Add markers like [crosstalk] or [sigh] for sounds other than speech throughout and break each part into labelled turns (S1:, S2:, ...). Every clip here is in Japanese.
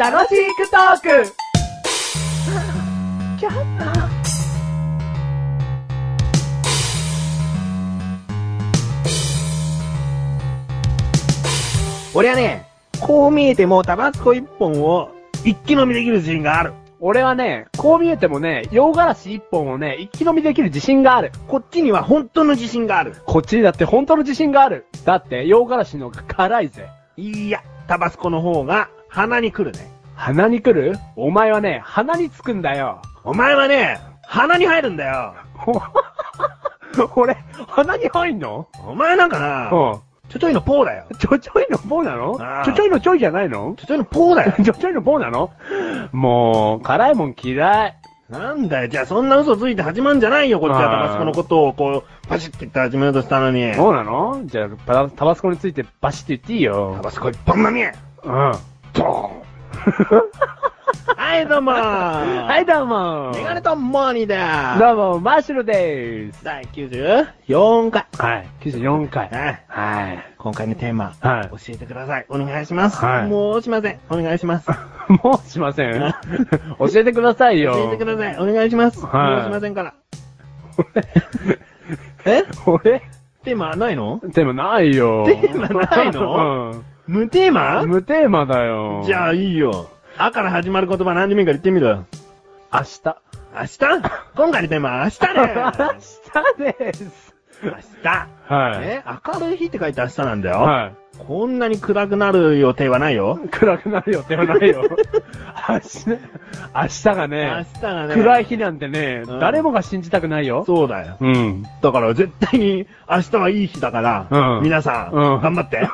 S1: 楽しくトーク
S2: 俺はね、こう見えてもタバスコ一本を一気飲みできる自信がある。
S1: 俺はね、こう見えてもね、洋辛子一本をね、一気飲みできる自信がある。
S2: こっちには本当の自信がある。
S1: こっちだって本当の自信がある。だって、洋辛子の方が辛いぜ。
S2: いや、タバスコの方が鼻に来るね。
S1: 鼻に来るお前はね、鼻につくんだよ。
S2: お前はね、鼻に入るんだよ。
S1: [laughs] 俺、鼻に入んの
S2: お前なんかな、
S1: う
S2: ちょちょいのポーだよ。
S1: ん。ちょちょいの棒なの
S2: ああ
S1: ちょちょいのちょいじゃないの
S2: ちょちょいのポーだよ
S1: [laughs] 。ちょちょいの棒なのもう、辛いもん嫌い。
S2: なんだよ、じゃあそんな嘘ついて始まんじゃないよ、こっちは
S1: あー
S2: タバスコのことをこう、パシッて言って始めようとしたのに。
S1: そうなのじゃあパ、タバスコについてバシって言っていい
S2: タ
S1: よ。
S2: バスコ一本飲み
S1: うん。は、
S2: ドーンはい、どうもはい
S1: [laughs] どうも
S2: メガネとモーニーだ
S1: どうも、マッシュルでーす。
S2: 第94回。
S1: はい。94回。
S2: はい
S1: はい。
S2: 今回のテーマ、
S1: はい
S2: 教えてください。お願いします。
S1: はい
S2: もうしません。お願いします。
S1: [laughs] もうしませ [laughs] ん。教えてくださいよ。
S2: 教えてください。お願いします。
S1: はい
S2: もうしませんから。 [laughs] え
S1: 俺
S2: テーマないの
S1: テーマないよ。
S2: テーマないの無テー
S1: う
S2: マ
S1: ん。無テーマだよ。
S2: じゃあ、いいよ。あから始まる言葉何でもいいから言ってみろ。
S1: 明日。
S2: 明
S1: [laughs]
S2: 日今回のテーマは明日
S1: 明
S2: です。
S1: 日です。
S2: 明日。
S1: はい。
S2: え明るい日って書いて明日なんだよ。
S1: は
S2: こんなに暗くなる予定はないよ。
S1: い。暗くなる予定はないよ。明日、明日が
S2: 明
S1: ね、
S2: 日がね。
S1: 暗い
S2: い。
S1: 日なんてね、
S2: うん
S1: 誰もが信じたくないよ。
S2: そうだよ。 [laughs]
S1: うん。
S2: だから絶対に明日はいい日だから、
S1: うん
S2: 皆さん、
S1: うん
S2: 頑
S1: [laughs]
S2: 張って。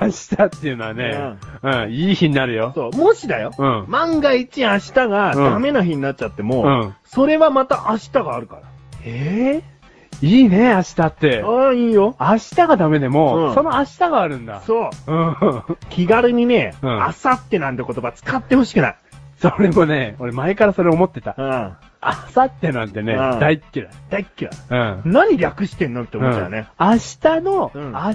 S1: 明日っていうのはね、うん、いい日になるよ。
S2: そう、もしだよ。
S1: うん。
S2: 万が一明日がダメな日になっちゃっても、
S1: うん
S2: それはまた明日があるから。
S1: ええいいね、明日って。
S2: ああ、いいよ。
S1: 明日がダメでも、
S2: うん
S1: その明日があるんだ。
S2: そう。
S1: うん。 [laughs]
S2: 気軽にね、
S1: うん
S2: 明後日なんて言葉使ってほしくない。
S1: それもね、俺前からそれ思ってた
S2: う。ん。
S1: あさってなんてね、
S2: うん
S1: 大っ嫌い。
S2: 大っ嫌い。
S1: うん。
S2: 何略してんのって思っちゃうね。
S1: うん明日の、
S2: うん
S1: 明日。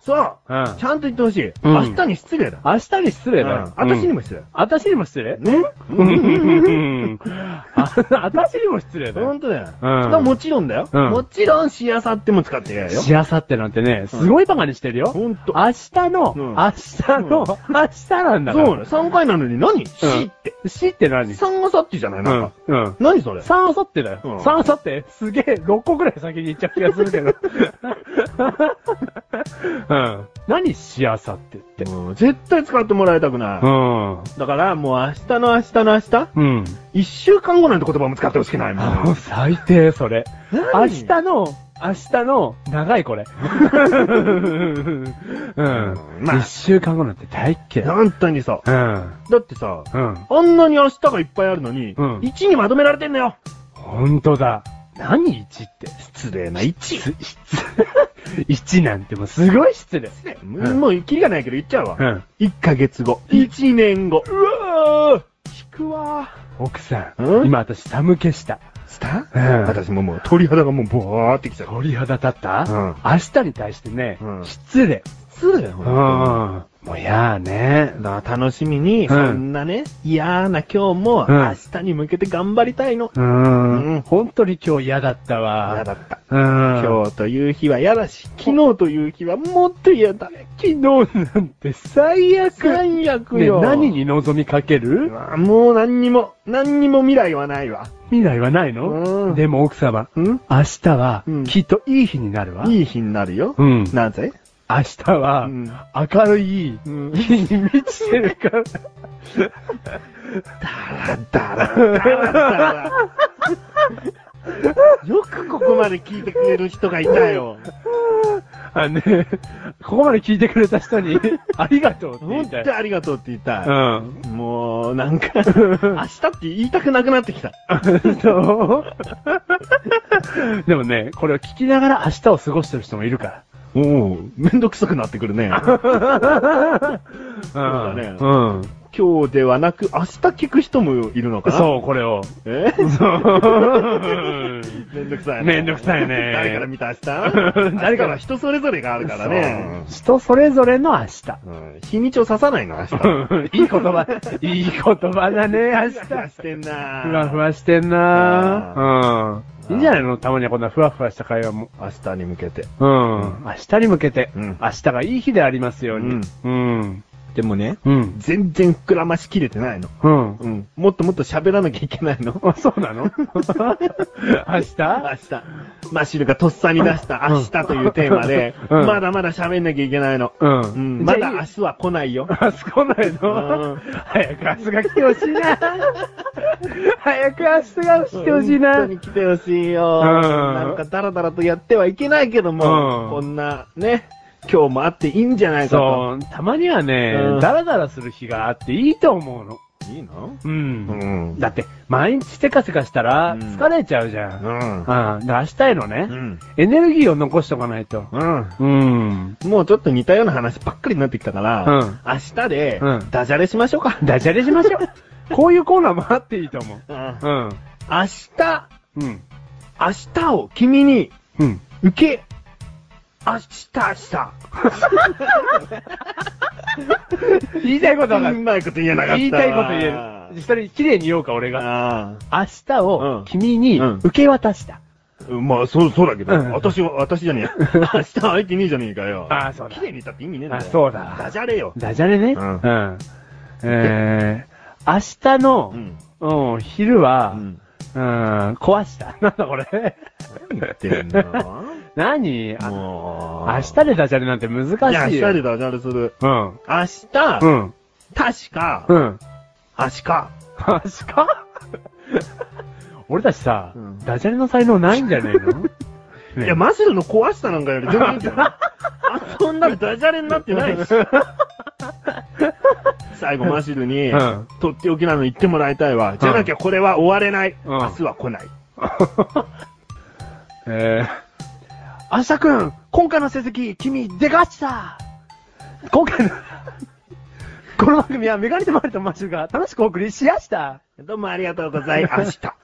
S2: そう。
S1: うん。
S2: ちゃんと言ってほしい。
S1: ん
S2: 明日に失礼だ。
S1: 明日に失
S2: う
S1: 礼だ
S2: ん
S1: よ。。
S2: 私に
S1: も。
S2: も失礼。
S1: 私にも失礼
S2: ね [laughs]
S1: うん。あ私にも失礼だよ
S2: ほ。んとだ
S1: うん
S2: よ。だからもちろんだよ。
S1: うん
S2: もちろん、しあさっても使ってないよ。
S1: しあさってなんてね、すごいバカにしてるよ。
S2: ほんと。
S1: 明日の、
S2: うん
S1: 明日の、明日なんだから。
S2: そうね。3回なのに何しって。
S1: 死って何
S2: 3あさってじゃないうなんか
S1: ん。。うん。
S2: 何それ
S1: 3あさってだよ。
S2: うん
S1: 3あさってすげえ、6個ぐらい先に行っちゃう気がするけど。 [laughs] うん。 [laughs] 何しあさってって。
S2: うん絶対使ってもらいたくない。
S1: うん。う
S2: だから、もう明日の明日の明日
S1: ん。
S2: 一週間後なんて言葉も使ってほしくないも。
S1: あもうん最低、それ。 [laughs] 明
S2: 何
S1: 日の、明日の、長いこれ。 [laughs] うん。
S2: まあ
S1: 一週間後なんて大っ嫌い。
S2: 本当にさ。
S1: うん。
S2: だってさ、
S1: うん。
S2: あんなに明日がいっぱいあるのに、
S1: うん
S2: 1にまとめられてんのよ。
S1: ほんとだ。何1って。
S2: 失礼な1。
S1: す失 [laughs] 一なんてもうすごい失礼。うん
S2: もう、キリがないけど言っちゃうわ。
S1: うん。
S2: 1ヶ月後。1年後。
S1: うわ
S2: 引くわ。
S1: 奥さん、
S2: うん
S1: 今私寒気した。
S2: した
S1: うん
S2: 私ももう鳥肌がもうボワーってきちゃう。
S1: 鳥肌立った、
S2: うん
S1: 明日に対してね、
S2: うん
S1: 失礼。
S2: 失礼
S1: う
S2: ほ
S1: ん。
S2: んと
S1: もうやーね。
S2: にだから楽しみに、
S1: ん
S2: そんなね、嫌な今日も
S1: うん
S2: 明日に向けて頑張りたいの。
S1: う
S2: うん
S1: ん。本当に今日嫌だったわ。
S2: 嫌だった。
S1: うん。今
S2: 今日という日は嫌だし、昨日という日はもっと嫌だ。
S1: 日、昨日なんて最悪。
S2: 最悪
S1: ね、
S2: よ。
S1: 何に望みかける
S2: うわもう何にも、何にも未来はないわ。
S1: 未来はないの、
S2: うん
S1: でも奥様、
S2: ん
S1: 明日は
S2: うん
S1: きっといい日になるわ。
S2: いい日になるよ。
S1: うん。
S2: なぜ
S1: 明日は、
S2: うん
S1: 明るい、
S2: うん
S1: 日に満ちてるから。
S2: だらだ [laughs] らだら。よくここまで聞いてくれる人がいたよ。
S1: [laughs] あのね、ここまで聞いてくれた人に、 [laughs] ありがとうって言い
S2: 本当
S1: たい
S2: に。ありがとうって言いたい。
S1: うん。
S2: もう、なん
S1: [laughs]
S2: か、明日って言いたくなくなってきた。
S1: そうでもね、これを聞きながら明日を過ごしてる人もいるか [laughs]
S2: おお、めんどくさくなってくるね。
S1: ら。そう
S2: だね
S1: うん。
S2: 今日ではなく、明日聞く人もいるのかなう。
S1: そう、これを。
S2: え
S1: そう。
S2: めんどくさいな。
S1: めんどくさいね
S2: 誰から見た明
S1: [laughs]
S2: 日
S1: 誰から
S2: 明日は人それぞれがあるからね。
S1: 人それぞれの明日。
S2: うん日にちを刺さないの、明
S1: [laughs]
S2: 日。
S1: いい言葉、いい言葉だね、明
S2: ふわ
S1: 日。
S2: してんな
S1: ふわふわしてんなうん。いいんじゃないのたまにはこんなふわふわした会話も。
S2: 明日に向けて。
S1: うん。明日に向けて、
S2: うん
S1: 明日がいい日でありますように。うん。
S2: でもね、
S1: うん。
S2: 全然膨らましきれてないの。
S1: うん。
S2: うん。もっともっと喋らなきゃいけないの。
S1: あ、そうなの [laughs] 明日
S2: 明日。マッシュルがとっさに出した
S1: うん
S2: 明日というテーマで、
S1: [laughs] うん
S2: まだまだ喋んなきゃいけないの。
S1: う
S2: うん。
S1: ん。
S2: まだ明
S1: 明日。
S2: 日は来ないよ。
S1: あ、来ない
S2: うん
S1: の早く明日が来てほしい [laughs] な。早く明日が来てほしい
S2: 本
S1: な
S2: 当。に来てほしいよ。
S1: うん
S2: なんかダラダラとやってはいけないけども、
S1: うん
S2: こんなね、今日もあっていいんじゃないかと。
S1: そう、たまには
S2: うん
S1: ね、ダラダラする日があっていいと思うの。
S2: いいの
S1: う。
S2: うんん。
S1: だって、毎日せかせかしたら
S2: うん
S1: 疲れちゃうじゃん。
S2: うん。
S1: うん。で明日への
S2: う
S1: ね、
S2: ん。
S1: エネルギーを残しとかないと。
S2: うん。
S1: うん。
S2: もうちょっと似たような話ばっかりになってきたから、
S1: うん
S2: 明日で
S1: うん、
S2: ダジャレしましょうか。
S1: ダジャレしましょ [laughs] う。こういうコーナーもあっていいと思う。
S2: うん
S1: うん。
S2: 明日、
S1: うん。
S2: 明日を君に
S1: うん。
S2: 受け、明日、明日。
S1: [laughs] 言いたいことが、
S2: うまいこと言えなかった。
S1: 言いたいこと言える。それ、綺麗に言おうか、俺が。明
S2: あ
S1: 日
S2: うん
S1: を君に
S2: うん
S1: 受け渡した。
S2: あ。まあ、そう、そうだけど、
S1: うん
S2: 私は、私じゃね
S1: [laughs]
S2: えや。明日相手にじゃねえかよ。
S1: ああそうだ
S2: 綺麗に言ったって意味ねえんだよ
S1: あそうだ
S2: ダジャレよ。
S1: ダジャレね。
S2: う
S1: うんん。えー、明日の、
S2: ん。
S1: うん、昼
S2: う
S1: は、
S2: ん。
S1: うん、壊した。 [laughs] なんだこれ。
S2: 言ってんだよ。
S1: 何あ
S2: もう。
S1: 明日でダジャレなんて難
S2: いや
S1: しい
S2: 明
S1: よ。
S2: 日でダジャレする。
S1: うん。
S2: 明日、
S1: うん。
S2: 確か、
S1: うん。
S2: 明日か。
S1: マジか俺たちさ、
S2: うん
S1: ダジャレの才能ないんじゃねえのねえ
S2: [laughs] いや、マジでの壊したなんかより全然いいじゃん。あ、 [laughs] そんなのダジャレになってないし。最後、マシルに、
S1: うん
S2: とっておきなの言ってもらいたいわ。じゃなきゃこれは終われない。
S1: うん
S2: 明日は来ない。
S1: [laughs] えー
S2: 明日くん、今回の成績、君、出がした
S1: 今回の、 [laughs] この番組はメガネとマリとマッシュルが楽しくお送りしやした。
S2: どうもありがとうございました。